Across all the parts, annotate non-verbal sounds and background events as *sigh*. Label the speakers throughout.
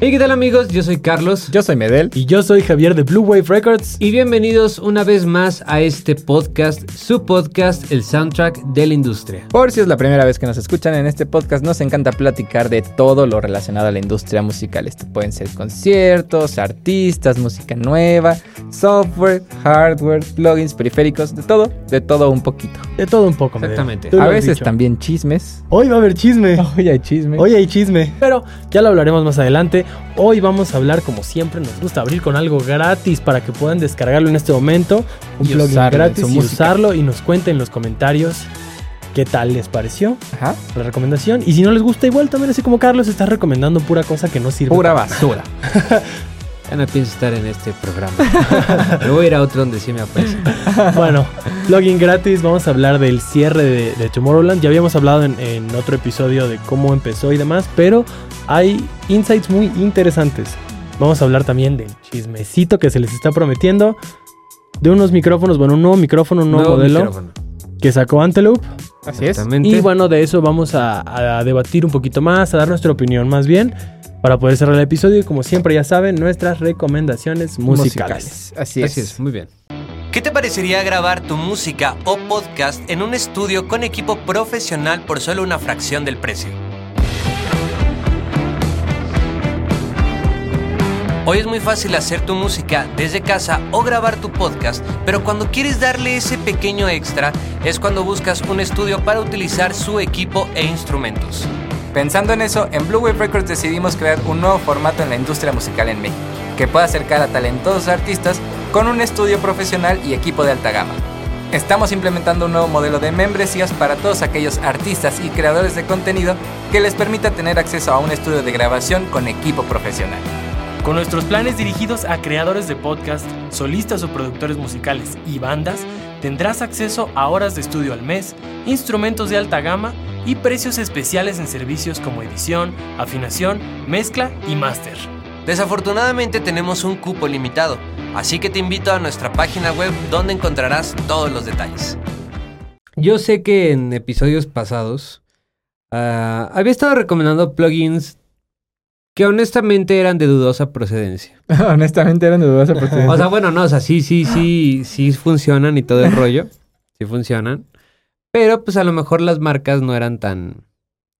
Speaker 1: Hey, ¿qué tal amigos? Yo soy Carlos.
Speaker 2: Yo soy Medel.
Speaker 3: Y yo soy Javier de Blue Wave Records.
Speaker 1: Y bienvenidos una vez más a este podcast, su podcast, el soundtrack de la industria.
Speaker 2: Por si es la primera vez que nos escuchan en este podcast, nos encanta platicar de todo lo relacionado a la industria musical. Esto pueden ser conciertos, artistas, música nueva, software, hardware, plugins, periféricos, de todo, de todo un poquito.
Speaker 3: De todo un poco, Medel.
Speaker 1: Exactamente.
Speaker 3: Tú lo
Speaker 2: A
Speaker 3: has
Speaker 2: veces
Speaker 3: dicho.
Speaker 2: también
Speaker 3: *laughs*
Speaker 2: chismes.
Speaker 3: Hoy va a haber chisme.
Speaker 2: Hoy hay chismes.
Speaker 3: Hoy hay chisme. Pero ya lo hablaremos más adelante. Hoy vamos a hablar, como siempre, nos gusta abrir con algo gratis para que puedan descargarlo en este momento. Un
Speaker 2: Y
Speaker 3: plugin
Speaker 2: usarlo en
Speaker 3: gratis
Speaker 2: su
Speaker 3: y
Speaker 2: música.
Speaker 3: usarlo. Y nos cuenten en los comentarios qué tal les pareció
Speaker 2: Ajá.
Speaker 3: la recomendación. Y si no les gusta, igual también así como Carlos está recomendando pura cosa que no sirve.
Speaker 2: Pura basura.
Speaker 1: Ya no pienso estar en este
Speaker 2: *laughs*
Speaker 1: programa. me voy a ir a otro donde sí me aparece.
Speaker 3: Bueno, plugin gratis, vamos a hablar del cierre de, de Tomorrowland. Ya habíamos hablado en, en otro episodio de cómo empezó y demás, pero hay insights muy interesantes. Vamos a hablar también del chismecito que se les está prometiendo, de unos micrófonos, bueno, un nuevo micrófono, un
Speaker 1: Nuevo
Speaker 3: nuevo, modelo
Speaker 1: micrófono.
Speaker 3: que sacó Antelope.
Speaker 2: Así es.
Speaker 1: Exactamente.
Speaker 3: Y bueno, de eso vamos a, a debatir un poquito más, a dar nuestra opinión más bien, para poder cerrar el episodio. Y como siempre, ya saben, nuestras recomendaciones musicales.
Speaker 2: Así es.
Speaker 1: Así es, muy bien.
Speaker 4: ¿Qué te parecería grabar tu música o podcast en un estudio con equipo profesional por solo una fracción del precio? Hoy es muy fácil hacer tu música desde casa o grabar tu podcast, pero cuando quieres darle ese pequeño extra es cuando buscas un estudio para utilizar su equipo e instrumentos.
Speaker 5: Pensando en eso, en Blue Wave Records decidimos crear un nuevo formato en la industria musical en México, que pueda acercar a talentosos artistas con un estudio profesional y equipo de alta gama. Estamos implementando un nuevo modelo de membresías para todos aquellos artistas y creadores de contenido que les permita tener acceso a un estudio de grabación con equipo profesional.
Speaker 6: Con nuestros planes dirigidos a creadores de podcast, solistas o productores musicales y bandas, tendrás acceso a horas de estudio al mes, instrumentos de alta gama y precios especiales en servicios como edición, afinación, mezcla y máster.
Speaker 4: Desafortunadamente tenemos un cupo limitado, así que te invito a nuestra página web donde encontrarás todos los detalles.
Speaker 1: Yo sé que en episodios pasados ah, había estado recomendando plugins que honestamente eran de dudosa procedencia.
Speaker 2: *laughs* Honestamente eran de dudosa oportunidad.
Speaker 1: O sea, bueno, no, o sea, sí, sí, sí, sí funcionan y todo el rollo. Sí funcionan. Pero pues a lo mejor las marcas no eran tan,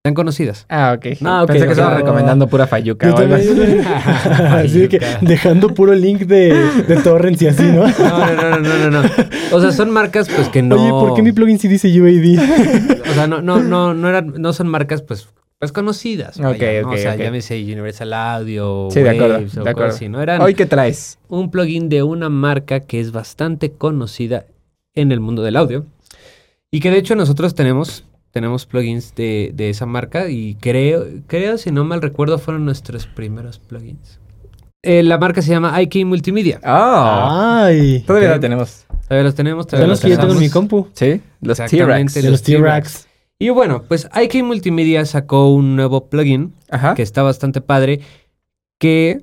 Speaker 1: tan conocidas.
Speaker 2: Ah, ok.
Speaker 3: Ah, ok,
Speaker 2: Pensé que
Speaker 3: ok.
Speaker 2: estaba recomendando pura fayuca.
Speaker 3: Yo
Speaker 2: o algo
Speaker 3: también,
Speaker 2: así.
Speaker 3: yo también. así de que dejando puro link de, de torrents y así, ¿no?
Speaker 1: No, no, no, no, no, no. O sea, son marcas pues que no.
Speaker 3: Oye, ¿por qué mi plugin sí dice UAD?
Speaker 1: O sea, no, no, no, no eran, no son marcas pues, pues conocidas.
Speaker 2: Ok,
Speaker 1: vaya, ¿no?
Speaker 2: ok,
Speaker 1: O sea,
Speaker 2: ok.
Speaker 1: llámese Universal Audio,
Speaker 2: Sí, de acuerdo,
Speaker 1: Waves,
Speaker 2: de
Speaker 1: o cosas
Speaker 2: acuerdo.
Speaker 1: así, ¿no? Eran
Speaker 2: Hoy, ¿qué traes?
Speaker 1: un plugin de una marca que es bastante conocida en el mundo del audio. Y que de hecho nosotros tenemos, tenemos plugins de, de esa marca y creo, creo, si no mal recuerdo, fueron nuestros primeros plugins. Eh, la marca se llama IK Multimedia.
Speaker 2: Ah.
Speaker 3: Ay.
Speaker 2: Todavía
Speaker 1: ok.
Speaker 2: lo tenemos.
Speaker 1: Todavía los tenemos, todavía
Speaker 3: Son los que yo tengo en mi
Speaker 1: usamos.
Speaker 3: compu.
Speaker 2: Sí, los
Speaker 1: Exactamente,
Speaker 2: T-Rex.
Speaker 3: De los T-Rex.
Speaker 1: Y bueno, pues IK Multimedia sacó un nuevo plugin
Speaker 3: Ah.
Speaker 2: Ajá.
Speaker 1: que está bastante padre, que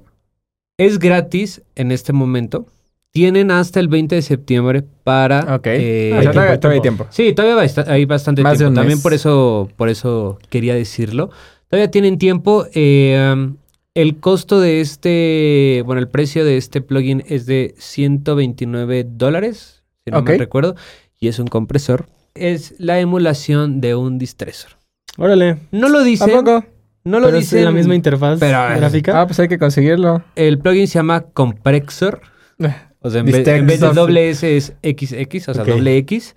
Speaker 1: es gratis en este momento. Tienen hasta el 20 de septiembre para...
Speaker 2: Ok.
Speaker 1: eh,
Speaker 2: o sea,
Speaker 3: hay
Speaker 2: todavía
Speaker 3: tiempo,
Speaker 2: todavía
Speaker 3: hay
Speaker 2: hay tiempo.
Speaker 1: Sí, todavía va a estar- hay bastante
Speaker 2: Más de
Speaker 1: tiempo.
Speaker 2: un
Speaker 1: También
Speaker 2: mes.
Speaker 1: por eso, por eso quería decirlo. Todavía tienen tiempo. eh, um, el costo de este, bueno, el precio de este plugin es de 129 dólares, si no
Speaker 2: Ok.
Speaker 1: mal recuerdo, y es un compresor. Es la emulación de un distressor.
Speaker 3: Órale.
Speaker 1: No lo
Speaker 2: ¿A
Speaker 1: dice,
Speaker 2: poco?
Speaker 1: no lo
Speaker 3: Pero es
Speaker 1: dice.
Speaker 3: la misma interfaz
Speaker 1: pero-
Speaker 3: gráfica.
Speaker 2: Ah, pues hay que conseguirlo.
Speaker 1: El plugin se llama Comprexor.
Speaker 2: Eh,
Speaker 1: O sea, en vez, en vez de doble S es XX, o sea,
Speaker 3: Ok.
Speaker 1: doble X.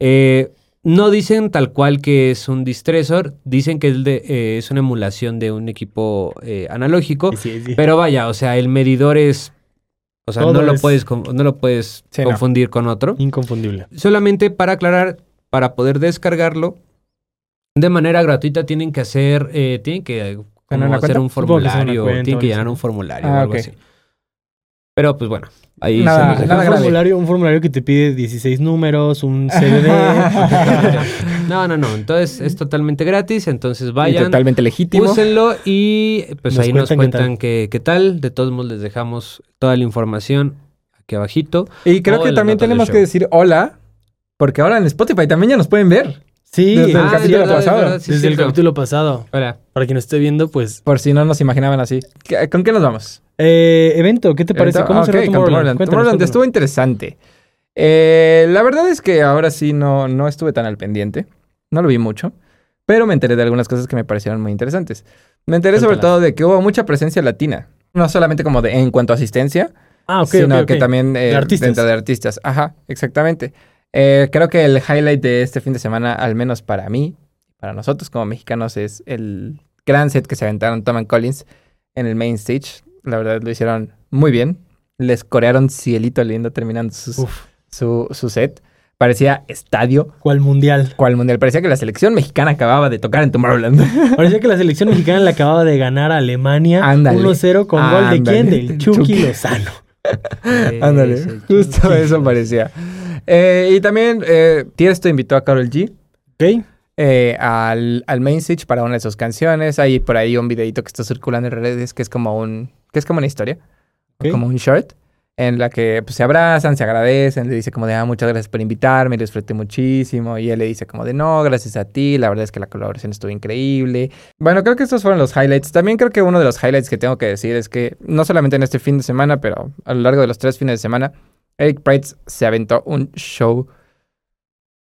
Speaker 1: Eh, no dicen tal cual que es un distressor, dicen que es, de, eh, es una emulación de un equipo eh, analógico.
Speaker 3: Sí, sí.
Speaker 1: Pero vaya, o sea, el medidor es. O sea, no
Speaker 3: Todo
Speaker 1: lo,
Speaker 3: es-
Speaker 1: puedes, con- no lo puedes
Speaker 2: Sí, no.
Speaker 1: confundir con otro.
Speaker 3: Inconfundible.
Speaker 1: Solamente para aclarar, para poder descargarlo de manera gratuita, tienen que hacer, eh, tienen que eh, como
Speaker 2: ¿Llenar una
Speaker 1: hacer
Speaker 2: cuenta?
Speaker 1: un
Speaker 3: Supongo que hacer una
Speaker 1: formulario,
Speaker 3: cuenta,
Speaker 1: tienen que
Speaker 3: algo
Speaker 1: llenar
Speaker 3: así.
Speaker 1: un formulario o
Speaker 2: Ah,
Speaker 1: algo
Speaker 2: ok.
Speaker 1: así. Pero pues bueno, ahí
Speaker 2: Nada,
Speaker 1: se nos
Speaker 2: nada
Speaker 3: un,
Speaker 2: grave.
Speaker 3: formulario, un formulario que te pide 16 números, un CDD.
Speaker 1: dejó. *laughs* No, no, no. Entonces es totalmente gratis, entonces
Speaker 2: Y
Speaker 1: vayan.
Speaker 2: totalmente legítimo.
Speaker 1: Úsenlo y pues
Speaker 3: Nos
Speaker 1: ahí nos
Speaker 3: cuentan
Speaker 1: cuentan
Speaker 3: qué
Speaker 1: qué qué tal. De todos modos les dejamos toda la información aquí abajito.
Speaker 2: Y creo
Speaker 1: O
Speaker 2: que
Speaker 1: en las notas
Speaker 2: también
Speaker 1: Oh, del
Speaker 2: tenemos
Speaker 1: show.
Speaker 2: que decir hola, porque ahora en Spotify también ya nos pueden ver.
Speaker 3: Sí,
Speaker 2: Desde el
Speaker 3: ah,
Speaker 2: capítulo
Speaker 1: es verdad, es
Speaker 2: pasado.
Speaker 1: verdad, sí,
Speaker 3: desde el
Speaker 1: cierto.
Speaker 3: capítulo pasado. *laughs*
Speaker 1: Hola.
Speaker 3: Para quien esté viendo, pues.
Speaker 2: Por si no nos imaginaban así. ¿Qué- ¿Con qué nos vamos?
Speaker 3: Eh, evento, ¿qué te parece?
Speaker 2: Ahorita-
Speaker 3: ¿Cómo
Speaker 2: ah,
Speaker 3: cerró
Speaker 2: ok, con Tomorrowland.
Speaker 3: Tomorrowland? Cuéntanos,
Speaker 2: Tomorrowland
Speaker 3: cuéntanos.
Speaker 2: estuvo interesante. Eh, la verdad es que ahora sí no, no estuve tan al pendiente. No lo vi mucho. Pero me enteré de algunas cosas que me parecieron muy interesantes. Me enteré sobre
Speaker 3: Cuéntalas.
Speaker 2: todo de que hubo mucha presencia latina. No solamente como de, en cuanto a asistencia,
Speaker 3: Ah, ok,
Speaker 2: sino
Speaker 3: ok, ok.
Speaker 2: que también eh,
Speaker 3: artistas.
Speaker 2: dentro de artistas. Ajá, exactamente. Eh, creo que el highlight de este fin de semana, al menos para mí, para nosotros como mexicanos, es el gran set que se aventaron Tom and Collins en el main stage. La verdad lo hicieron muy bien. Les corearon cielito lindo terminando sus-
Speaker 3: Uf,
Speaker 2: su, su set. Parecía estadio,
Speaker 3: ¿cuál mundial?
Speaker 2: cual mundial. Parecía que la selección mexicana acababa de tocar en Tomorrowland.
Speaker 3: Parecía que la selección mexicana le acababa de ganar a Alemania
Speaker 2: Ándale.
Speaker 3: 1-0 con gol de quién?
Speaker 2: Ándale.
Speaker 3: Del Chucky,
Speaker 2: Chucky.
Speaker 3: Lozano.
Speaker 2: *laughs* Ándale, justo eso parecía. Eh, y también eh, Tiesto invitó a Carol G.
Speaker 3: ¿Ok?
Speaker 2: eh, al, al main stage para una de sus canciones. Hay por ahí un videito que está circulando en redes que es como un que es como una historia,
Speaker 3: Ok.
Speaker 2: como un short en la que pues, se abrazan, se agradecen, le dice como de, ah, muchas gracias por invitarme, disfruté muchísimo, y él le dice como de, no, gracias a ti, la verdad es que la colaboración estuvo increíble. Bueno, creo que estos fueron los highlights. También creo que uno de los highlights que tengo que decir es que, no solamente en este fin de semana, pero a lo largo de los tres fines de semana, Eric Price se aventó un show,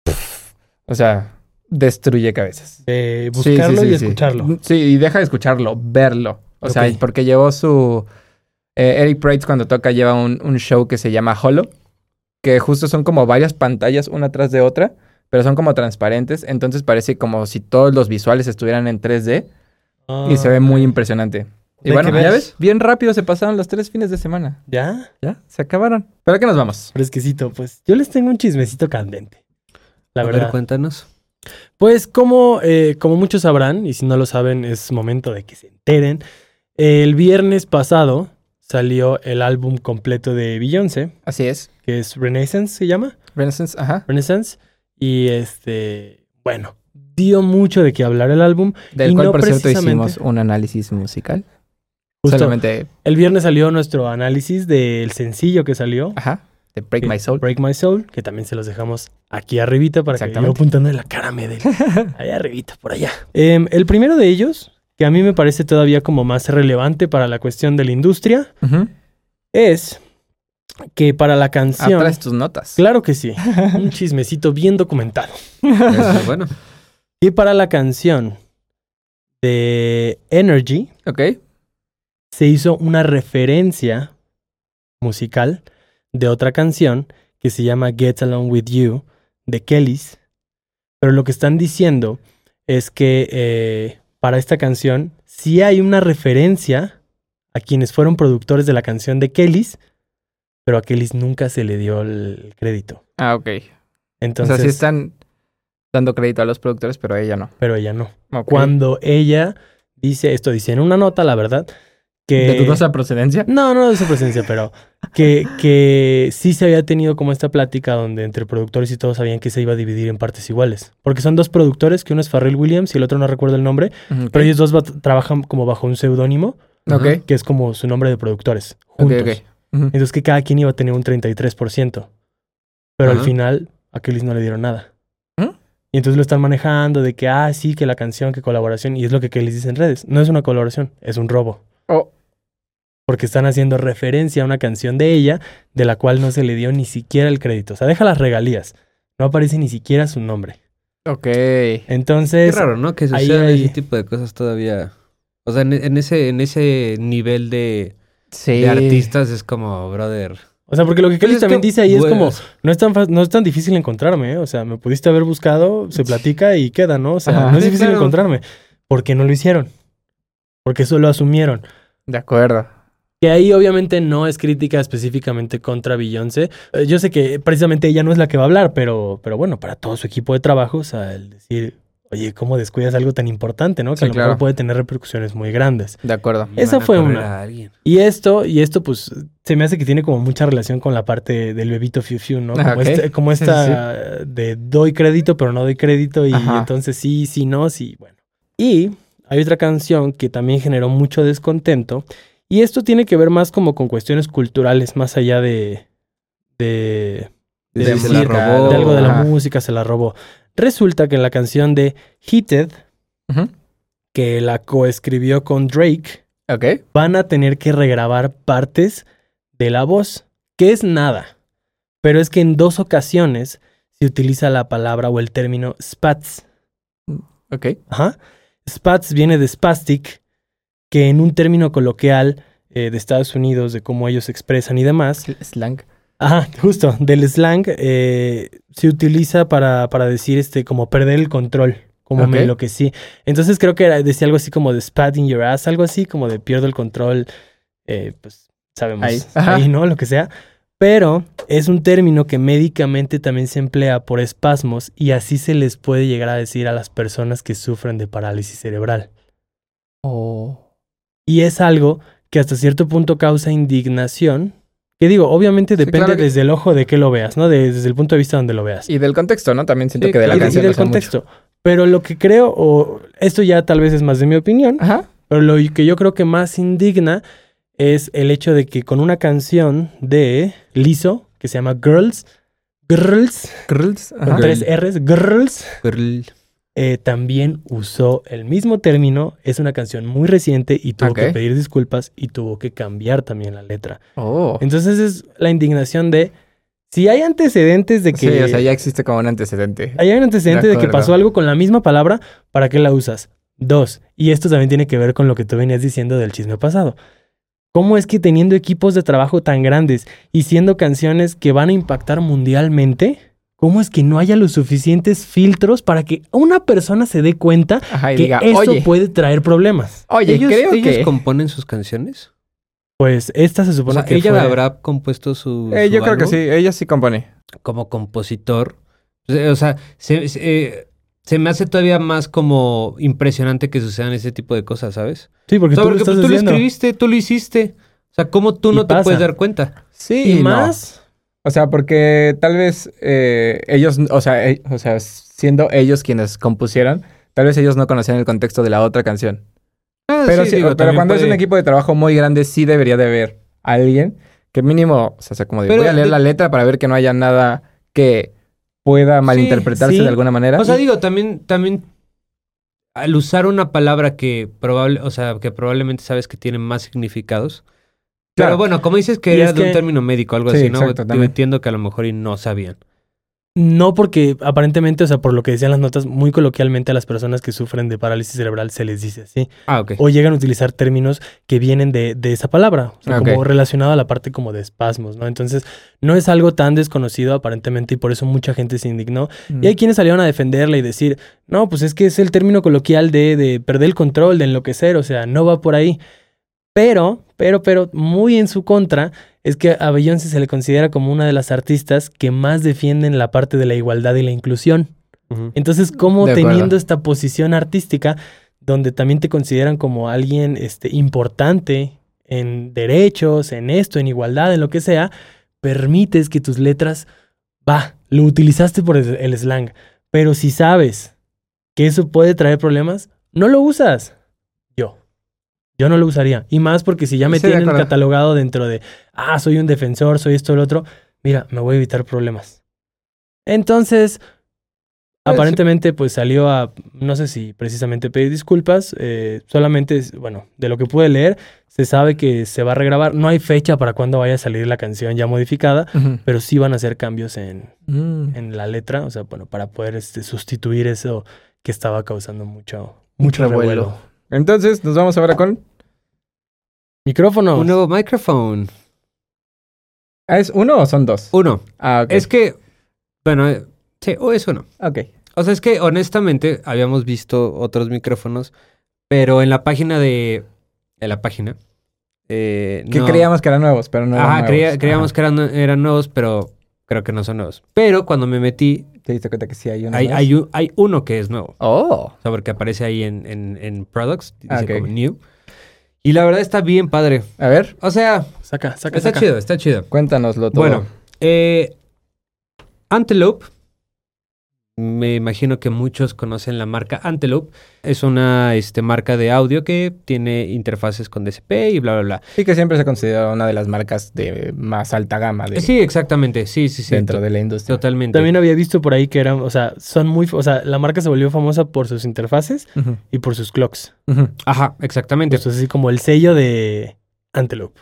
Speaker 2: pff, o sea, destruye cabezas.
Speaker 3: Eh,
Speaker 2: Sí, sí,
Speaker 3: buscarlo
Speaker 2: sí,
Speaker 3: y
Speaker 2: sí.
Speaker 3: escucharlo.
Speaker 2: Sí, y deja de escucharlo, verlo. O
Speaker 3: Ok.
Speaker 2: sea, porque llevó su... eh, Eric Prates cuando toca lleva un, un show que se llama Hollow, que justo son como varias pantallas una tras de otra, pero son como transparentes, entonces parece como si todos los visuales estuvieran en 3D y
Speaker 3: Ah,
Speaker 2: se ve muy impresionante. Y
Speaker 3: ¿De
Speaker 2: bueno,
Speaker 3: qué
Speaker 2: ya
Speaker 3: ves?
Speaker 2: ves, bien rápido se pasaron los tres fines de semana.
Speaker 3: ¿Ya?
Speaker 2: Ya, se acabaron. ¿Pero a qué nos vamos?
Speaker 3: Fresquecito, pues. Yo les tengo un chismecito candente. La
Speaker 1: A ver,
Speaker 3: verdad.
Speaker 1: cuéntanos.
Speaker 3: Pues como, eh, como muchos sabrán, y si no lo saben es momento de que se enteren, el viernes pasado salió el álbum completo de Beyoncé,
Speaker 2: Así es.
Speaker 3: que es Renaissance, se llama.
Speaker 2: Renaissance, ajá.
Speaker 3: Renaissance. Y este, bueno, dio mucho de qué hablar el álbum.
Speaker 2: Del
Speaker 3: Y
Speaker 2: cual,
Speaker 3: no
Speaker 2: por cierto,
Speaker 3: precisamente-
Speaker 2: hicimos un análisis musical.
Speaker 3: Justo
Speaker 2: Solamente,
Speaker 3: el viernes salió nuestro análisis del sencillo que salió.
Speaker 2: ajá, de Ah, Break
Speaker 3: que-
Speaker 2: My Soul.
Speaker 3: Break My Soul, que también se los dejamos aquí arribita para que yo
Speaker 2: Exactamente.
Speaker 3: apuntando en la cara
Speaker 2: *laughs*
Speaker 3: me den. Allá arribita, por allá. Em, el primero de ellos, que a mí me parece todavía como más relevante para la cuestión de la industria,
Speaker 2: Ujú.
Speaker 3: es que para la canción...
Speaker 2: Atrás Ah, tus
Speaker 3: *laughs*
Speaker 2: notas.
Speaker 3: Claro que sí, un chismecito bien documentado.
Speaker 1: Eso es bueno.
Speaker 3: Que para la canción de Energy
Speaker 2: Ok.
Speaker 3: se hizo una referencia musical de otra canción que se llama Get Along With You de Kellys. Pero lo que están diciendo es que eh, para esta canción sí hay una referencia a quienes fueron productores de la canción de Kellys, pero a Kellys nunca se le dio el crédito.
Speaker 2: Ah, ok.
Speaker 3: Entonces,
Speaker 2: o sea, sí están dando crédito a los productores, pero a ella no.
Speaker 3: pero ella no.
Speaker 2: Ok.
Speaker 3: Cuando ella dice, esto dice en una nota, la verdad, que...
Speaker 2: ¿De dudosa procedencia?
Speaker 3: No, no de su presencia, pero que, que sí se había tenido como esta plática donde entre productores y todos sabían que se iba a dividir en partes iguales. Porque son dos productores, que uno es Farrell Williams y el otro no recuerdo el nombre,
Speaker 2: Ujú,
Speaker 3: pero ellos dos va- trabajan como bajo un seudónimo,
Speaker 2: Ok.
Speaker 3: que es como su nombre de productores,
Speaker 2: Ok,
Speaker 3: juntos.
Speaker 2: ok. Ujú.
Speaker 3: Entonces que cada quien iba a tener un 33%. Pero al
Speaker 1: Ajá. ¿Ah?
Speaker 3: final a Kelly no le dieron nada.
Speaker 2: ¿Mm?
Speaker 3: Y entonces lo están manejando de que, ah, sí, que la canción, que colaboración. Y es lo que Kelly dice en redes. No es una colaboración, es un robo.
Speaker 2: Oh.
Speaker 3: Porque están haciendo referencia a una canción de ella de la cual no se le dio ni siquiera el crédito. O sea, deja las regalías. No aparece ni siquiera su nombre.
Speaker 2: Ok.
Speaker 1: Qué
Speaker 3: Entonces,
Speaker 1: raro, ¿no? Que
Speaker 3: ahí
Speaker 1: sucedan
Speaker 3: hay-
Speaker 1: ese tipo de cosas todavía. O sea, en, en ese, en ese nivel de,
Speaker 2: Sí.
Speaker 1: de artistas es como, brother.
Speaker 3: o sea, porque lo que Kelly
Speaker 1: Pues es
Speaker 3: también
Speaker 1: que,
Speaker 3: dice ahí es
Speaker 1: güey,
Speaker 3: como,
Speaker 1: o sea,
Speaker 3: No es tan fa- no es tan difícil encontrarme, ¿eh? o sea, me pudiste haber buscado, se platica y queda, ¿no? O sea,
Speaker 2: Ajá.
Speaker 3: no es
Speaker 1: Sí,
Speaker 3: difícil
Speaker 1: claro.
Speaker 3: encontrarme. ¿Por qué no lo hicieron? Porque eso lo asumieron.
Speaker 2: De acuerdo.
Speaker 3: Que ahí obviamente no es crítica específicamente contra Beyoncé. Eh, Yo sé que precisamente ella no es la que va a hablar, pero, pero bueno, para todo su equipo de trabajo, o sea, el decir, oye, ¿cómo descuidas algo tan importante, no? Que
Speaker 2: Sí,
Speaker 3: a lo
Speaker 2: claro.
Speaker 3: mejor puede tener repercusiones muy grandes.
Speaker 2: De acuerdo.
Speaker 1: me
Speaker 3: esa
Speaker 1: van a
Speaker 3: fue
Speaker 1: correr
Speaker 3: una.
Speaker 1: a alguien.
Speaker 3: Y esto, y esto, pues, se me hace que tiene como mucha relación con la parte del bebito Fiu Fiu, ¿no? Como,
Speaker 2: Ah, ok.
Speaker 3: este- como
Speaker 2: Sí,
Speaker 3: esta de doy crédito, pero no doy crédito, y
Speaker 2: Ajá.
Speaker 3: entonces sí, sí, no, sí, bueno. Y hay otra canción que también generó mucho descontento, y esto tiene que ver más como con cuestiones culturales, más allá de. de.
Speaker 2: De
Speaker 1: Sí, se la
Speaker 3: decir,
Speaker 1: robó.
Speaker 3: de algo de la
Speaker 2: Ajá.
Speaker 3: música se la robó. Resulta que en la canción de Heated,
Speaker 2: Ujú.
Speaker 3: que la coescribió con Drake,
Speaker 2: Ok.
Speaker 3: van a tener que regrabar partes de la voz, que es nada. Pero es que en dos ocasiones se utiliza la palabra o el término spats.
Speaker 2: Ok.
Speaker 3: Ajá. Spats viene de spastic, que en un término coloquial eh, de Estados Unidos, de cómo ellos se expresan y demás.
Speaker 2: Sl- Slang.
Speaker 3: Ajá, justo, del slang eh, se utiliza para, para decir este, como perder el control, como
Speaker 2: Ok.
Speaker 3: me enloquecí. Entonces creo que era, decía algo así como de spat in your ass, algo así, como de pierdo el control, eh, pues sabemos,
Speaker 2: Ahí.
Speaker 3: ahí.
Speaker 2: Ajá.
Speaker 3: ¿no? Lo que sea. Pero es un término que médicamente también se emplea por espasmos y así se les puede llegar a decir a las personas que sufren de parálisis cerebral.
Speaker 2: Oh.
Speaker 3: Y es algo que hasta cierto punto causa indignación. Que digo, obviamente depende
Speaker 2: claro que-
Speaker 3: desde el ojo de que lo veas, ¿no? De- desde el punto de vista donde lo veas.
Speaker 2: Y del contexto, ¿no? También siento
Speaker 1: Sí,
Speaker 2: que de la
Speaker 1: claro.
Speaker 3: y, de-
Speaker 2: canción.
Speaker 3: y del
Speaker 2: no sé mucho.
Speaker 3: contexto. Pero lo que creo, o esto ya tal vez es más de mi opinión,
Speaker 2: Ajá.
Speaker 3: pero lo que yo creo que más indigna es el hecho de que con una canción de Liso, que se llama Girls, Girls, con
Speaker 2: Ajá.
Speaker 3: tres R's, Girls,
Speaker 1: Girl.
Speaker 3: eh, también usó el mismo término. Es una canción muy reciente y tuvo
Speaker 2: Ok.
Speaker 3: que pedir disculpas y tuvo que cambiar también la letra.
Speaker 2: Oh.
Speaker 3: Entonces es la indignación de si hay antecedentes de que
Speaker 2: Sí, o sea, ya existe como un antecedente.
Speaker 3: hay un antecedente de, que
Speaker 2: acuerdo.
Speaker 3: pasó algo con la misma palabra, ¿para qué la usas? Dos, y esto también tiene que ver con lo que tú venías diciendo del chisme pasado. ¿Cómo es que teniendo equipos de trabajo tan grandes y siendo canciones que van a impactar mundialmente, cómo es que no haya los suficientes filtros para que una persona se dé cuenta
Speaker 2: Ajá, y
Speaker 3: que
Speaker 2: diga,
Speaker 3: eso
Speaker 2: oye,
Speaker 3: puede traer problemas?
Speaker 2: oye,
Speaker 1: ¿Ellos,
Speaker 2: creo
Speaker 1: ellos
Speaker 2: que...
Speaker 1: componen sus canciones?
Speaker 3: Pues esta se
Speaker 1: O
Speaker 3: supone
Speaker 1: sea,
Speaker 3: que
Speaker 1: ella
Speaker 3: fue-
Speaker 1: habrá compuesto su.
Speaker 2: Eh,
Speaker 1: su
Speaker 2: yo creo que
Speaker 1: álbum
Speaker 2: sí, ella sí compone.
Speaker 1: Como compositor. pues, eh, O sea, se, se- eh, se me hace todavía más como impresionante que sucedan ese tipo de cosas, ¿sabes?
Speaker 3: Sí, porque
Speaker 1: O sea,
Speaker 3: tú lo
Speaker 1: porque
Speaker 3: estás
Speaker 1: pues, tú lo
Speaker 3: haciendo.
Speaker 1: escribiste, tú lo hiciste. O sea, ¿cómo tú
Speaker 3: Y
Speaker 1: no te
Speaker 3: pasa.
Speaker 1: puedes dar cuenta?
Speaker 2: Sí,
Speaker 3: y
Speaker 2: no.
Speaker 3: más,
Speaker 2: O sea, porque tal vez eh, ellos, o sea, eh, o sea, siendo ellos quienes compusieron, tal vez ellos no conocían el contexto de la otra canción.
Speaker 1: Ah,
Speaker 2: Pero, sí, pero cuando es un equipo de trabajo muy grande, sí debería de haber alguien que mínimo, o sea, sea como de,
Speaker 1: Pero
Speaker 2: voy a leer
Speaker 1: de-
Speaker 2: la letra para ver que no haya nada que pueda malinterpretarse
Speaker 3: sí.
Speaker 2: de alguna manera.
Speaker 1: O sea, digo, también, también al usar una palabra que probable, o sea, que probablemente sabes que tiene más significados.
Speaker 2: Claro.
Speaker 1: Pero bueno, como dices que
Speaker 3: Y
Speaker 1: era
Speaker 3: es
Speaker 1: de un
Speaker 3: que-
Speaker 1: término médico, algo
Speaker 2: Sí,
Speaker 1: así, ¿no?
Speaker 2: exacto,
Speaker 1: Yo
Speaker 2: también.
Speaker 1: entiendo que a lo mejor y no sabían.
Speaker 3: No, porque aparentemente, o sea, por lo que decían las notas, muy coloquialmente a las personas que sufren de parálisis cerebral se les dice así.
Speaker 1: Ah, ok.
Speaker 3: O llegan a utilizar términos que vienen de, de esa palabra, o sea,
Speaker 2: Ok.
Speaker 3: como relacionado a la parte como de espasmos, ¿no? Entonces, no es algo tan desconocido aparentemente y por eso mucha gente se indignó. Y hay quienes salieron a defenderla y decir, no, pues es que es el término coloquial de, de perder el control, de enloquecer, o sea, no va por ahí. Pero, pero, pero, muy en su contra, es que a Beyoncé se le considera como una de las artistas que más defienden la parte de la igualdad y la inclusión. Entonces, ¿cómo
Speaker 2: De acuerdo.
Speaker 3: teniendo esta posición artística, donde también te consideran como alguien este, importante en derechos, en esto, en igualdad, en lo que sea, permites que tus letras, va, lo utilizaste por el, el slang, pero si sabes que eso puede traer problemas, no lo usas. Yo. Yo no lo usaría. Y más porque si ya me
Speaker 2: Sí, de
Speaker 3: tienen
Speaker 2: acuerdo.
Speaker 3: catalogado dentro de, ah, soy un defensor, soy esto, lo otro, mira, me voy a evitar problemas. Entonces, aparentemente, pues salió a, no sé si precisamente pedir disculpas, eh, solamente, es- bueno, de lo que pude leer, se sabe que se va a regrabar, no hay fecha para cuándo vaya a salir la canción ya modificada,
Speaker 2: Ujú.
Speaker 3: pero sí van a hacer cambios en,
Speaker 2: Mm.
Speaker 3: en la letra, o sea, bueno, para poder este, sustituir eso que estaba causando mucho, mucho
Speaker 2: Revuelo.
Speaker 3: revuelo.
Speaker 2: Entonces, nos vamos ahora con...
Speaker 3: Micrófono.
Speaker 1: Un nuevo microphone.
Speaker 2: ¿Ah, ¿Es uno o son dos?
Speaker 1: Uno.
Speaker 2: Ah, ok.
Speaker 1: Es que, bueno, eh, sí, o es uno.
Speaker 2: Ok.
Speaker 1: O sea, es que honestamente habíamos visto otros micrófonos, pero en la página de... En la página. eh,
Speaker 2: Que
Speaker 1: no-
Speaker 2: creíamos que eran nuevos, pero no eran
Speaker 1: Ajá,
Speaker 2: nuevos.
Speaker 1: creía- creíamos
Speaker 2: Ajá.
Speaker 1: que eran, eran nuevos, pero creo que no son nuevos. Pero cuando me metí,
Speaker 2: Te diste cuenta que sí hay uno
Speaker 1: hay,
Speaker 2: más?
Speaker 1: hay, un- hay uno que es nuevo.
Speaker 2: Oh.
Speaker 1: O sea, porque aparece ahí en, en, en Products, dice
Speaker 2: Ah, ok.
Speaker 1: como New. Y la verdad está bien padre.
Speaker 2: A ver,
Speaker 1: O sea,
Speaker 3: Saca, saca,
Speaker 1: está
Speaker 3: saca.
Speaker 1: chido, está chido.
Speaker 2: cuéntanoslo todo.
Speaker 1: Bueno, eh, Antelope Me imagino que muchos conocen la marca Antelope. Es una este, marca de audio que tiene interfaces con DSP y bla, bla, bla.
Speaker 2: Y que siempre se ha considerado una de las marcas de más alta gama de,
Speaker 1: Sí, exactamente. Sí, sí, sí.
Speaker 2: dentro de la industria.
Speaker 1: Totalmente.
Speaker 3: También había visto por ahí que eran, o sea, son muy, o sea, la marca se volvió famosa por sus interfaces
Speaker 2: Ujú,
Speaker 3: y por sus clocks.
Speaker 2: ujú.
Speaker 1: Ajá, exactamente.
Speaker 3: Entonces, así como el sello de Antelope.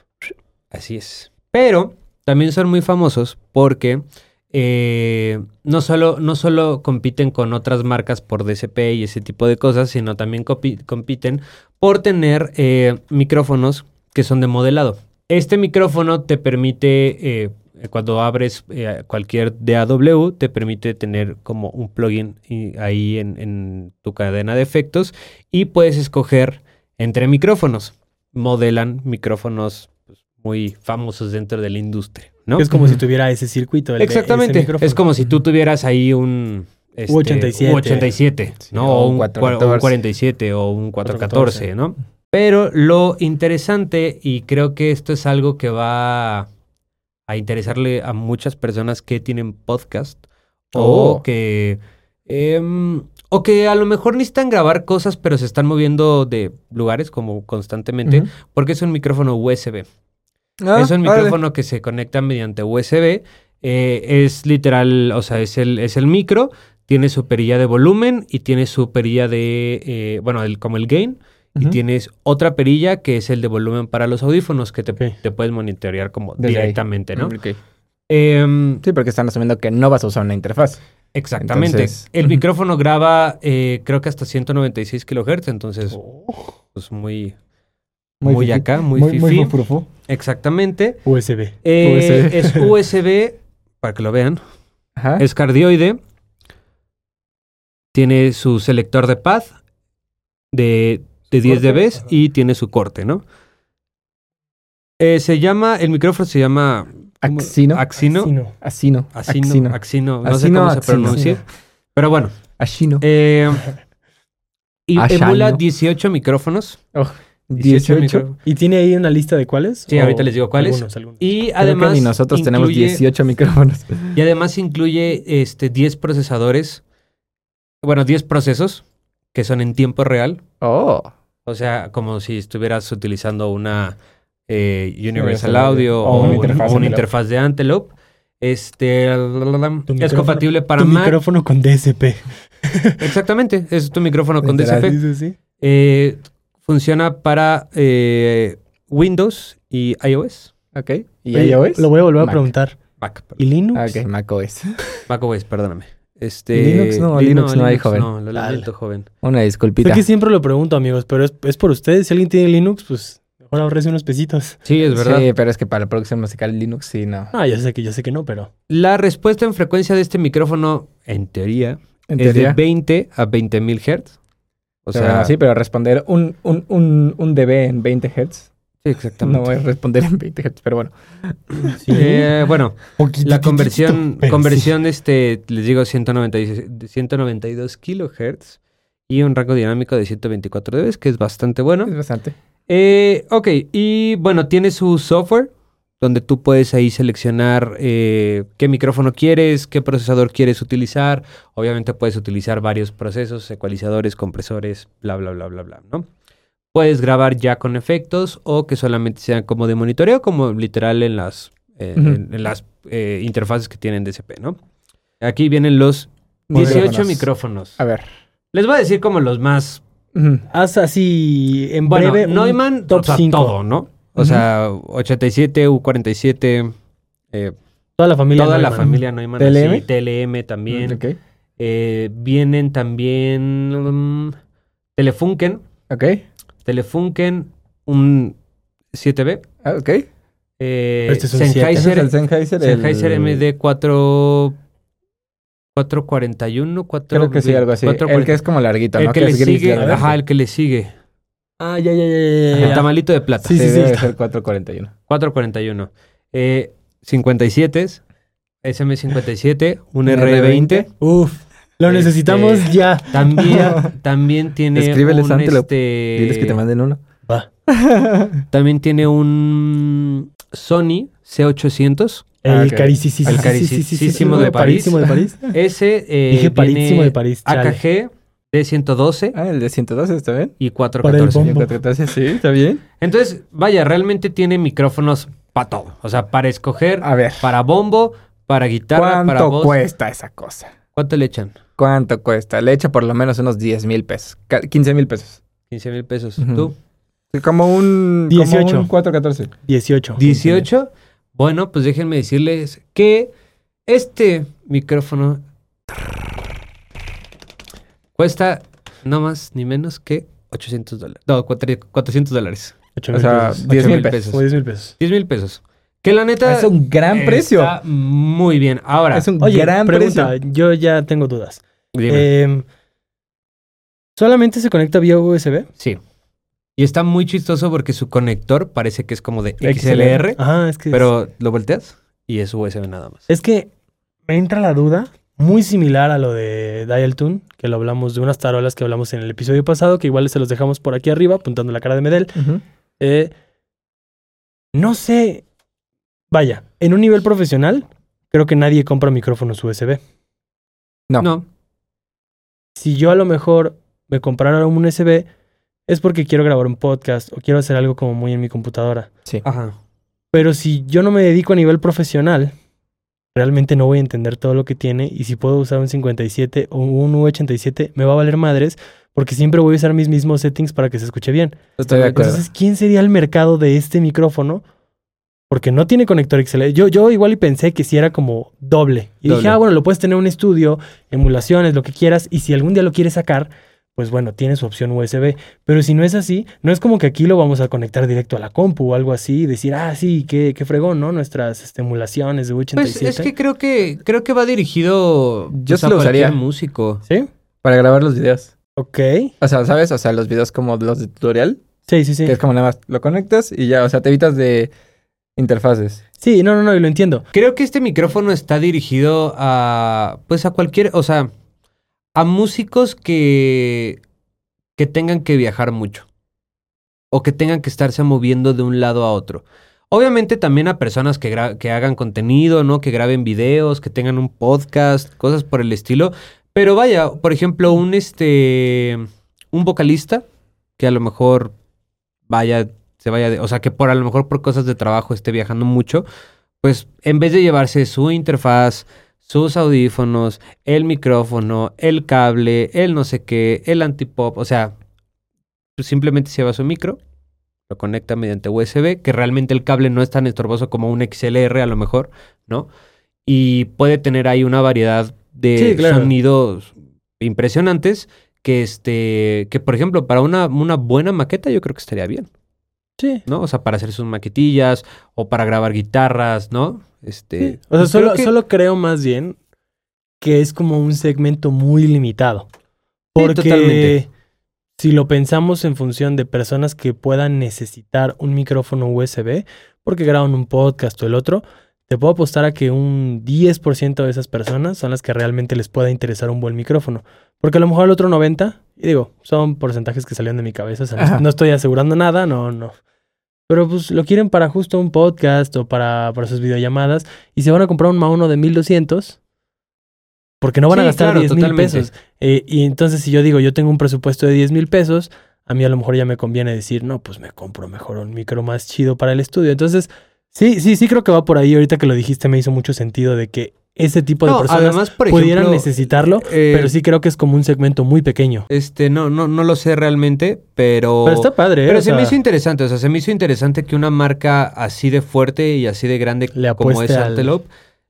Speaker 1: Así es. Pero también son muy famosos porque eh, no, solo, no solo compiten con otras marcas por DCP y ese tipo de cosas, sino también copi- compiten por tener eh, micrófonos que son de modelado. Este micrófono te permite, eh, cuando abres eh, cualquier DAW, te permite tener como un plugin y- ahí en- en tu cadena de efectos y puedes escoger entre micrófonos. Modelan micrófonos pues, muy famosos dentro de la industria, ¿no?
Speaker 3: Es como
Speaker 2: Ujú.
Speaker 3: si tuviera ese circuito. el de- ese
Speaker 1: Exactamente.
Speaker 3: micrófono.
Speaker 1: Es como si tú tuvieras ahí un este,
Speaker 3: U87.
Speaker 1: U87,
Speaker 2: Sí,
Speaker 1: ¿no?
Speaker 2: o
Speaker 1: O
Speaker 2: un
Speaker 1: un, cua-
Speaker 2: 414.
Speaker 1: un 47 o un 414,
Speaker 3: 414,
Speaker 1: ¿no? Pero lo interesante, y creo que esto es algo que va a interesarle a muchas personas que tienen podcast
Speaker 2: Oh.
Speaker 1: o que. em, o que a lo mejor necesitan grabar cosas, pero se están moviendo de lugares como constantemente,
Speaker 2: Ujú.
Speaker 1: porque es un micrófono USB.
Speaker 2: Ah,
Speaker 1: Es un
Speaker 2: órale.
Speaker 1: micrófono que se conecta mediante USB. eh, es literal, o sea, es el, es el micro, tiene su perilla de volumen y tiene su perilla de, eh, bueno, el, como el gain. Y
Speaker 2: Ujú.
Speaker 1: tienes otra perilla que es el de volumen para los audífonos que te,
Speaker 3: Ok.
Speaker 1: te puedes monitorear como
Speaker 2: Desde ahí.
Speaker 1: directamente, ¿no?
Speaker 2: Ok.
Speaker 1: Em,
Speaker 2: Sí, porque están asumiendo que no vas a usar una interfaz.
Speaker 1: exactamente.
Speaker 2: Entonces-
Speaker 1: el micrófono graba, eh, creo que hasta 196 kilohertz, entonces,
Speaker 3: Oh,
Speaker 1: pues muy, muy,
Speaker 2: fifí.
Speaker 1: acá, muy,
Speaker 2: Oh. Muy, muy
Speaker 1: fifí.
Speaker 2: fufurufú.
Speaker 1: Exactamente.
Speaker 3: USB.
Speaker 1: Eh,
Speaker 2: USB.
Speaker 1: Es USB, para que lo vean.
Speaker 2: Ajá.
Speaker 1: Es cardioide. Tiene su selector de pad de, de 10
Speaker 3: corte,
Speaker 1: dBs
Speaker 3: ajá.
Speaker 1: y tiene su corte, ¿no? Eh, se llama, el micrófono se llama
Speaker 2: Axino.
Speaker 1: Axino.
Speaker 3: Así no.
Speaker 2: Axino.
Speaker 1: Axino,
Speaker 2: Axino.
Speaker 1: Axino, no sé
Speaker 2: Axino,
Speaker 1: cómo se
Speaker 2: Axino.
Speaker 1: pronuncia. Pero bueno,
Speaker 2: Axino.
Speaker 1: eh, y
Speaker 2: Ashano.
Speaker 1: emula 18 micrófonos.
Speaker 2: 18.
Speaker 1: micrófonos.
Speaker 3: ¿Y tiene ahí una lista de cuáles?
Speaker 1: Sí, ahorita les digo cuáles.
Speaker 3: Algunos, algunos.
Speaker 1: Y
Speaker 2: Creo que
Speaker 1: además.
Speaker 2: ni nosotros tenemos
Speaker 1: incluye-
Speaker 2: 18 micrófonos.
Speaker 1: Y además incluye este, 10 procesadores. Bueno, 10 procesos que son en tiempo real.
Speaker 2: *laughs* Oh.
Speaker 1: O sea, como si estuvieras utilizando una eh, Universal
Speaker 2: Universal
Speaker 1: Audio
Speaker 2: Audio.
Speaker 1: o,
Speaker 2: O una
Speaker 1: un- o
Speaker 2: interfaz
Speaker 1: una
Speaker 2: Antelope.
Speaker 1: interfaz de Antelope. Este
Speaker 3: Tu
Speaker 1: es
Speaker 3: micrófono-
Speaker 1: compatible para
Speaker 3: tu
Speaker 1: Mac.
Speaker 3: micrófono con DSP.
Speaker 1: Exactamente, es tu micrófono con
Speaker 2: Literal.
Speaker 1: DSP.
Speaker 3: *laughs* Sí, sí, sí.
Speaker 1: Eh, funciona para eh, Windows y iOS.
Speaker 2: Ok. ¿Y
Speaker 3: Oye,
Speaker 2: iOS?
Speaker 3: Lo voy a volver
Speaker 2: Mac.
Speaker 3: a preguntar.
Speaker 1: Mac, perdón.
Speaker 3: ¿Y Linux?
Speaker 2: Ah, Ok, macOS.
Speaker 1: macOS, perdóname. Este,
Speaker 2: Linux no,
Speaker 1: li-
Speaker 2: Linux no hay, joven.
Speaker 1: No, lo
Speaker 3: Dale.
Speaker 1: lamento, joven.
Speaker 2: Una
Speaker 3: Sé
Speaker 2: disculpita.
Speaker 3: que siempre lo pregunto, amigos, pero es, es por ustedes. Si alguien tiene Linux, pues mejor ahorrese unos pesitos. *laughs*
Speaker 1: Sí, es verdad.
Speaker 2: Sí, pero es que para el próximo musical Linux sí, no.
Speaker 3: Ah, yo sé que yo sé que no, pero
Speaker 1: La respuesta en frecuencia de este micrófono, en teoría,
Speaker 2: En
Speaker 1: es
Speaker 2: teoría.
Speaker 1: de 20 a 20.000 Hz. O
Speaker 2: Pero,
Speaker 1: sea,
Speaker 2: sí, pero responder un, un, un, un dB en 20 Hz
Speaker 1: Sí, exactamente.
Speaker 2: no es responder en 20 Hz, pero bueno.
Speaker 3: sí.
Speaker 1: Eh,
Speaker 2: *laughs*
Speaker 1: bueno, la conversión,
Speaker 3: pero
Speaker 1: conversión este, les digo, 196 192 kilohertz y un rango dinámico de 124 dB, que es bastante bueno.
Speaker 2: Es bastante.
Speaker 1: Eh, ok, y bueno, tiene su software donde tú puedes ahí seleccionar eh, qué micrófono quieres, qué procesador quieres utilizar. Obviamente puedes utilizar varios procesos, ecualizadores, compresores, bla, bla, bla, bla, bla, ¿no? Puedes grabar ya con efectos o que solamente sean como de monitoreo, como literal en las, eh,
Speaker 2: Ujú.
Speaker 1: en, en las eh, interfaces que tienen DSP, ¿no? Aquí vienen los 18
Speaker 2: Micrófonos.
Speaker 1: micrófonos.
Speaker 2: A ver.
Speaker 1: Les voy a decir como los más
Speaker 2: Ujú.
Speaker 3: Haz así en
Speaker 1: bueno,
Speaker 3: breve. un
Speaker 1: Neumann,
Speaker 3: top
Speaker 1: o sea,
Speaker 3: 5.
Speaker 1: todo, ¿no? O sea, 87, U47, eh,
Speaker 3: Toda la familia.
Speaker 1: toda la
Speaker 3: Neumann.
Speaker 1: familia Neumann,
Speaker 2: TLM.
Speaker 1: así, TLM también.
Speaker 2: Ok.
Speaker 1: Eh, vienen también mm, Telefunken,
Speaker 2: Ok.
Speaker 1: Telefunken, un 7B,
Speaker 2: Ah, ok.
Speaker 1: eh,
Speaker 3: Este es un
Speaker 2: Ese es
Speaker 1: Sennheiser,
Speaker 2: el Sennheiser. el-
Speaker 1: Sennheiser MD4, 441, 4,
Speaker 2: Creo que sí, algo así. El que es como larguito,
Speaker 1: el
Speaker 2: ¿no?
Speaker 1: que le
Speaker 2: es gris,
Speaker 1: sigue,
Speaker 2: largo.
Speaker 1: ajá, el que le sigue,
Speaker 3: Ah, ya, ya, ya, ya, ya,
Speaker 1: el
Speaker 3: ya.
Speaker 1: tamalito de plata.
Speaker 3: Sí,
Speaker 2: Sí,
Speaker 3: sí, sí.
Speaker 2: debe ser 441.
Speaker 1: 441. Eh, 57, SM57, un
Speaker 2: Un
Speaker 1: R20.
Speaker 3: Uf, lo
Speaker 1: Este-
Speaker 3: necesitamos ya.
Speaker 1: También, también tiene
Speaker 2: Escríbeles,
Speaker 1: un
Speaker 2: Antelope.
Speaker 1: este,
Speaker 2: Diles que te manden *laughs* uno.
Speaker 3: Va.
Speaker 2: Ah,
Speaker 1: también tiene un Sony C800
Speaker 3: El
Speaker 2: Ah, ok.
Speaker 3: caricisísimo
Speaker 1: El caricisísimo de París.
Speaker 3: de París.
Speaker 1: Ese eh,
Speaker 3: Dije parísimo
Speaker 1: viene
Speaker 3: de París, chale.
Speaker 1: AKG D112
Speaker 2: Ah, el de 112 está bien.
Speaker 1: y
Speaker 3: Para el
Speaker 1: 414.
Speaker 3: bombo.
Speaker 2: 114, sí, está bien.
Speaker 1: Entonces, vaya, realmente tiene micrófonos para todo. O sea, para escoger,
Speaker 2: A ver,
Speaker 1: para bombo, para guitarra, para
Speaker 2: Ah. ¿cuánto
Speaker 1: voz.
Speaker 2: cuesta esa cosa?
Speaker 1: ¿Cuánto le echan?
Speaker 2: ¿Cuánto cuesta? Le echa por lo menos unos 10 mil pesos, ca- 15 mil pesos.
Speaker 1: 15 mil pesos.
Speaker 2: Ujú.
Speaker 1: ¿Tú?
Speaker 2: Como un, como
Speaker 3: 18.
Speaker 2: un 414.
Speaker 3: 18.
Speaker 1: 18. Bueno, pues déjenme decirles que este micrófono cuesta no más ni menos que 800 dólares. No, cuatro- 400 dólares.
Speaker 3: Ocho
Speaker 2: O
Speaker 3: mil
Speaker 2: sea,
Speaker 3: pesos.
Speaker 2: 10 mil
Speaker 1: mil
Speaker 2: pesos.
Speaker 3: Como 10 mil pesos.
Speaker 1: 10 mil pesos. Que la neta...
Speaker 2: Es un gran
Speaker 1: está
Speaker 2: precio.
Speaker 1: muy bien. Ahora,
Speaker 2: Es un eh,
Speaker 3: Oye,
Speaker 2: Mm, gran
Speaker 3: pregunta,
Speaker 2: precio.
Speaker 3: yo ya tengo dudas.
Speaker 1: dime.
Speaker 3: Em, ¿Solamente se conecta vía USB?
Speaker 1: sí. Y está muy chistoso porque su conector parece que es como de
Speaker 2: XLR,
Speaker 1: XLR,
Speaker 2: Ah,
Speaker 3: Ajá, es que...
Speaker 1: pero lo volteas y es USB nada más.
Speaker 3: Es que me entra la duda, muy similar a lo de Dial Tune, que lo hablamos de unas tarolas que hablamos en el episodio pasado, que igual se los dejamos por aquí arriba, apuntando la cara de Medel.
Speaker 2: Ujú.
Speaker 3: Eh, no sé. Vaya, en un nivel profesional, creo que nadie compra micrófonos USB.
Speaker 2: No.
Speaker 1: No,
Speaker 3: Si yo a lo mejor me comprara un USB, es porque quiero grabar un podcast o quiero hacer algo como muy en mi computadora.
Speaker 1: ajá.
Speaker 3: Pero si yo no me dedico a nivel profesional, realmente no voy a entender todo lo que tiene. Y si puedo usar un 57 o un U87, me va a valer madres porque siempre voy a usar mis mismos settings para que se escuche bien.
Speaker 2: Estoy de acuerdo.
Speaker 3: Entonces, pues, ¿quién sería el mercado de este micrófono? Porque no tiene conector XLR. Yo, yo igual y pensé que si era como doble. Y
Speaker 1: Doble.
Speaker 3: dije, ah, bueno, lo puedes tener en un estudio, emulaciones, lo que quieras. Y si algún día lo quieres sacar, pues bueno, tiene su opción USB. Pero si no es así, no es como que aquí lo vamos a conectar directo a la compu o algo así. Y decir, ah, sí, qué, qué fregón, ¿no? Nuestras este, emulaciones de U87.
Speaker 1: Pues es que creo que creo que va dirigido
Speaker 2: Yo
Speaker 1: pues,
Speaker 2: sí
Speaker 1: a
Speaker 2: lo usaría.
Speaker 1: cualquier músico.
Speaker 3: ¿Sí?
Speaker 2: Para grabar los videos.
Speaker 3: Ok.
Speaker 2: O sea, ¿sabes? O sea, los videos como los de tutorial,
Speaker 3: Sí, sí, sí.
Speaker 2: que es como nada más lo conectas y ya, o sea, te evitas de interfaces.
Speaker 3: Sí, no, no, no, y lo entiendo.
Speaker 1: Creo que este micrófono está dirigido a pues a cualquier, o sea, a músicos que que tengan que viajar mucho o que tengan que estarse moviendo de un lado a otro. Obviamente también a personas que, gra- que hagan contenido, ¿no? Que graben videos, que tengan un podcast, cosas por el estilo. Pero vaya, por ejemplo, un este un vocalista que a lo mejor vaya se vaya de, o sea, que por a lo mejor por cosas de trabajo esté viajando mucho, pues en vez de llevarse su interfaz, sus audífonos, el micrófono, el cable, el no sé qué, el antipop, o sea, pues, simplemente se lleva su micro, lo conecta mediante USB, que realmente el cable no es tan estorboso como un XLR a lo mejor, ¿no? Y puede tener ahí una variedad de
Speaker 3: Sí, claro.
Speaker 1: sonidos impresionantes que este que por ejemplo para una, una buena maqueta yo creo que estaría bien.
Speaker 3: Sí.
Speaker 1: ¿no? O sea, para hacer sus maquetillas o para grabar guitarras, ¿no? Este,
Speaker 3: O sea,
Speaker 1: pues, creo
Speaker 3: solo,
Speaker 1: que-
Speaker 3: solo creo más bien que es como un segmento muy limitado. Porque
Speaker 1: totalmente.
Speaker 3: si lo pensamos en función de personas que puedan necesitar un micrófono USB, porque graban un podcast o el otro, te puedo apostar a que un 10% de esas personas son las que realmente les pueda interesar un buen micrófono. Porque a lo mejor el otro 90%, y digo, son porcentajes que salieron de mi cabeza, o sea, no-
Speaker 2: Ajá.
Speaker 3: no estoy asegurando nada, no, no. Pero pues lo quieren para justo un podcast o para, para sus videollamadas y se van a comprar un Mauno de 1200 porque no van a
Speaker 1: Sí,
Speaker 3: gastar
Speaker 1: claro,
Speaker 3: 10 mil
Speaker 1: totalmente.
Speaker 3: pesos. Eh, y entonces si yo digo, yo tengo un presupuesto de 10 mil pesos, a mí a lo mejor ya me conviene decir, no, pues me compro mejor un micro más chido para el estudio. Entonces, sí, sí, sí creo que va por ahí. Ahorita que lo dijiste me hizo mucho sentido de que ese tipo de
Speaker 1: No,
Speaker 3: personas
Speaker 1: además, por
Speaker 3: pudieran
Speaker 1: ejemplo,
Speaker 3: necesitarlo,
Speaker 1: eh,
Speaker 3: pero sí creo que es como un segmento muy pequeño.
Speaker 1: Este, no, no, no lo sé realmente, pero.
Speaker 3: Pero está padre, ¿eh?
Speaker 1: Pero
Speaker 3: O
Speaker 1: se me
Speaker 3: sea,
Speaker 1: hizo interesante, o sea, se me hizo interesante que una marca así de fuerte y así de grande
Speaker 3: Le
Speaker 1: como es
Speaker 3: apueste al-
Speaker 1: Antelope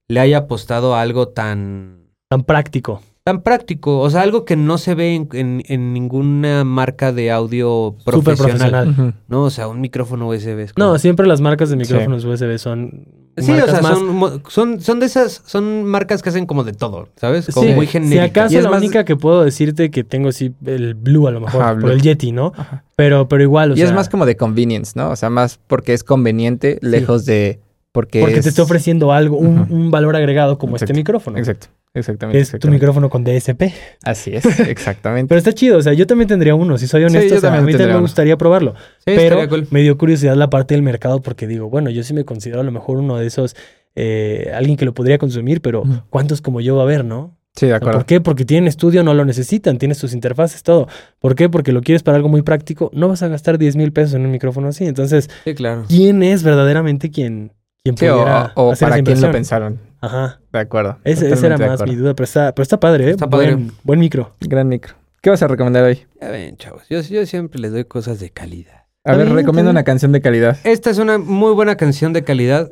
Speaker 1: le haya apostado a algo tan,
Speaker 3: tan práctico.
Speaker 1: tan práctico, o sea, algo que no se ve en, en- en ninguna marca de audio
Speaker 3: Súper
Speaker 1: profesional,
Speaker 3: profesional.
Speaker 2: Ujú.
Speaker 1: ¿no? O sea, un micrófono USB. es como-
Speaker 3: No, siempre las marcas de micrófonos USB son.
Speaker 1: Sí, o
Speaker 3: marcas
Speaker 1: sea,
Speaker 3: más-
Speaker 1: son, mo- son, son de esas, son marcas que hacen como de todo, ¿sabes? Como
Speaker 3: Sí,
Speaker 1: muy
Speaker 3: si
Speaker 1: genéricas.
Speaker 3: acaso
Speaker 2: Y es
Speaker 3: la
Speaker 2: más-
Speaker 3: única que puedo decirte que tengo sí el blue a lo mejor,
Speaker 2: Ajá,
Speaker 3: por
Speaker 2: Blue.
Speaker 3: el Yeti, ¿no?
Speaker 2: Ajá.
Speaker 3: Pero, pero igual, o
Speaker 2: Y
Speaker 3: sea,
Speaker 2: es más como de convenience, ¿no? O sea, más porque es conveniente, lejos de porque
Speaker 3: porque
Speaker 2: es-
Speaker 3: te está ofreciendo algo, un,
Speaker 2: Ujú.
Speaker 3: un valor agregado como
Speaker 2: Exacto,
Speaker 3: este micrófono.
Speaker 2: Exacto,
Speaker 3: que
Speaker 2: exactamente.
Speaker 3: Es tu
Speaker 2: exactamente.
Speaker 3: micrófono con DSP.
Speaker 2: Así
Speaker 3: *laughs*
Speaker 2: es, exactamente.
Speaker 3: Pero está chido, o sea, yo también tendría uno, si soy honesto,
Speaker 2: yo
Speaker 3: o sea, a
Speaker 2: también
Speaker 3: mí también
Speaker 2: tendría
Speaker 3: me
Speaker 2: uno.
Speaker 3: gustaría probarlo.
Speaker 1: Sí,
Speaker 3: pero
Speaker 1: estaría cool.
Speaker 3: me dio curiosidad la parte del mercado porque digo, bueno, yo sí me considero a lo mejor uno de esos eh, alguien que lo podría consumir, pero
Speaker 2: Mm.
Speaker 3: ¿cuántos como yo va a haber, no?
Speaker 2: Sí, de acuerdo.
Speaker 3: ¿Por qué? Porque tienen estudio, no lo necesitan, tienes tus interfaces, todo. ¿Por qué? Porque lo quieres para algo muy práctico, no vas a gastar 10 mil pesos en un micrófono así. Entonces,
Speaker 1: Sí, claro.
Speaker 3: ¿quién es verdaderamente quien, quien
Speaker 2: Sí, o,
Speaker 3: pudiera
Speaker 2: o
Speaker 3: hacer
Speaker 2: para quién
Speaker 3: esa
Speaker 2: lo
Speaker 3: inversión?
Speaker 2: pensaron.
Speaker 3: Ajá.
Speaker 2: De acuerdo.
Speaker 3: Ese- Esa era
Speaker 2: Totalmente de
Speaker 3: más mi
Speaker 2: acuerdo.
Speaker 3: duda, pero está, pero está padre, ¿eh?
Speaker 1: Está padre.
Speaker 3: Buen, buen micro.
Speaker 2: Gran micro. ¿Qué vas a recomendar hoy?
Speaker 1: Ya ven, chavos. Yo, yo siempre les doy cosas de calidad.
Speaker 2: A
Speaker 3: Está
Speaker 2: ver,
Speaker 3: bien,
Speaker 2: recomienda
Speaker 3: está
Speaker 2: una
Speaker 3: bien.
Speaker 2: canción de calidad.
Speaker 1: Esta es una muy buena canción de calidad.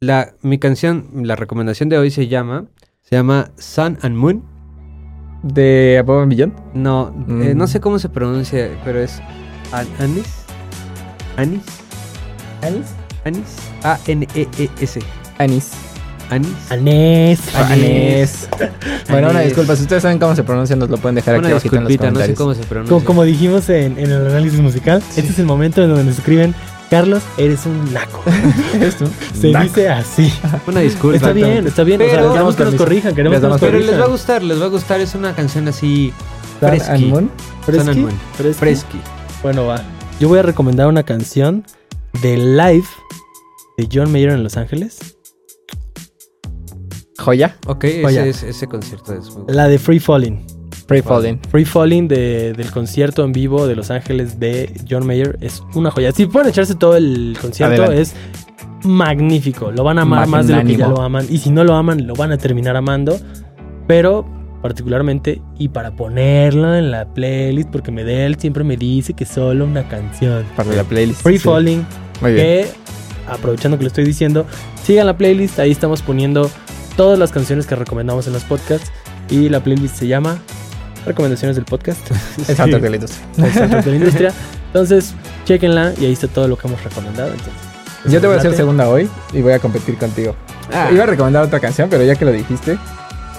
Speaker 1: La, mi canción, la recomendación de hoy se llama. Se llama Sun and Moon.
Speaker 2: ¿De Above and Beyond?
Speaker 1: No, eh,
Speaker 2: Mm.
Speaker 1: no sé cómo se pronuncia, pero es An- Anis. Anis.
Speaker 2: Anis.
Speaker 1: Anis. A-N-E-E-S.
Speaker 2: Anis.
Speaker 1: Anis.
Speaker 3: Anés.
Speaker 2: Anis. Bueno, una
Speaker 1: Anis.
Speaker 2: disculpa. Si ustedes saben cómo se pronuncia, nos lo pueden dejar
Speaker 1: Una
Speaker 2: aquí abajito en los
Speaker 1: disculpita, no sé
Speaker 2: comentarios.
Speaker 1: cómo se pronuncia.
Speaker 3: Como, como dijimos en, en el análisis musical, este es el momento en donde nos escriben, Carlos, eres
Speaker 2: *laughs*
Speaker 3: un naco.
Speaker 2: Es un
Speaker 3: Se
Speaker 2: naco.
Speaker 3: dice así.
Speaker 1: Una disculpa.
Speaker 3: Está bien, está bien. o sea,
Speaker 1: Pero-
Speaker 3: queremos que nos
Speaker 2: permiso.
Speaker 3: corrijan, queremos
Speaker 2: Les
Speaker 3: que
Speaker 2: damos
Speaker 3: nos
Speaker 1: Pero les va a
Speaker 3: corrijan.
Speaker 1: gustar, les va a gustar. Es una canción así
Speaker 2: Sun and
Speaker 1: Fresqui.
Speaker 2: Moon.
Speaker 1: Sun and
Speaker 3: ¿Fresqui?
Speaker 1: Moon.
Speaker 3: ¿Fresqui?
Speaker 1: fresqui.
Speaker 3: Bueno, va. Yo voy a recomendar una canción de Live de John Mayer en Los Ángeles.
Speaker 2: Joya.
Speaker 1: Ok, ese,
Speaker 3: Oye.
Speaker 1: es- ese concierto es muy bueno.
Speaker 3: La de Free Falling.
Speaker 2: Free Falling.
Speaker 3: Free Falling de- del concierto en vivo de Los Ángeles de John Mayer es una joya. Si pueden echarse todo el concierto,
Speaker 2: Adelante.
Speaker 3: es magnífico. Lo van a amar más de lo que ya
Speaker 2: Magnánimo.
Speaker 3: lo aman. Y si no lo aman, lo van a terminar amando. Pero particularmente, y para ponerlo en la playlist, porque Medel siempre me dice que solo una canción.
Speaker 2: Para la playlist.
Speaker 3: Free
Speaker 2: Sí.
Speaker 3: Falling
Speaker 2: Muy bien.
Speaker 3: que, aprovechando que lo estoy diciendo, sigan la playlist. Ahí estamos poniendo todas las canciones que recomendamos en los podcasts. Y la playlist se llama Recomendaciones del Podcast.
Speaker 2: Es Santos de la Industria.
Speaker 3: Exacto, de la industria. Entonces, chequenla y ahí está todo lo que hemos recomendado. Entonces,
Speaker 2: Yo te voy a hacer
Speaker 3: late.
Speaker 2: segunda hoy y voy a competir contigo.
Speaker 1: Ah,
Speaker 2: Iba a recomendar otra canción, pero ya que lo dijiste,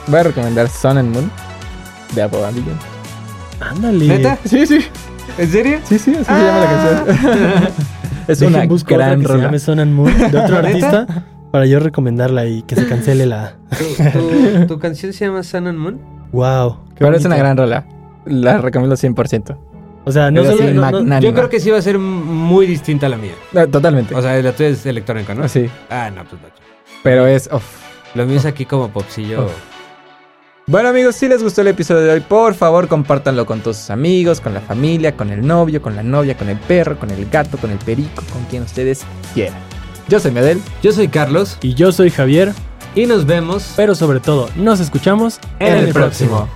Speaker 2: voy a recomendar Sun and Moon de Above and Beyond.
Speaker 3: Ándale.
Speaker 1: ¿Neta?
Speaker 2: Sí, sí,
Speaker 1: ¿En serio?
Speaker 2: sí, sí, así se llama la canción. es
Speaker 3: Dejen,
Speaker 2: una
Speaker 3: busco otra
Speaker 2: gran
Speaker 3: que se
Speaker 2: rola.
Speaker 3: llame Son and Moon, de otro
Speaker 1: ¿Neta?
Speaker 3: artista para yo recomendarla y que se cancele la.
Speaker 1: ¿Tu, tu- tu canción se llama Sun and Moon?
Speaker 3: Wow. qué
Speaker 2: Pero es
Speaker 3: bonito.
Speaker 2: una gran rola. La recomiendo 100%.
Speaker 3: O sea, no
Speaker 2: es
Speaker 3: solo
Speaker 2: así,
Speaker 3: no- no-
Speaker 2: magnánima.
Speaker 1: Yo creo que sí va a ser m- muy distinta a la mía.
Speaker 2: No, Ah, totalmente.
Speaker 1: O sea, la tuya es electrónica, ¿no?
Speaker 2: Así.
Speaker 1: Ah, no, pues no.
Speaker 2: Pero es... uf.
Speaker 1: Lo mío es aquí como popsillo.
Speaker 2: Bueno amigos, si les gustó el episodio de hoy, por favor compártanlo con todos sus amigos, con la familia, con el novio, con la novia, con el perro, con el gato, con el perico, con quien ustedes quieran. Yo soy Medel.
Speaker 1: Yo soy Carlos
Speaker 3: Y yo soy Javier,
Speaker 1: y nos vemos
Speaker 3: pero sobre todo, nos escuchamos
Speaker 1: en el próximo.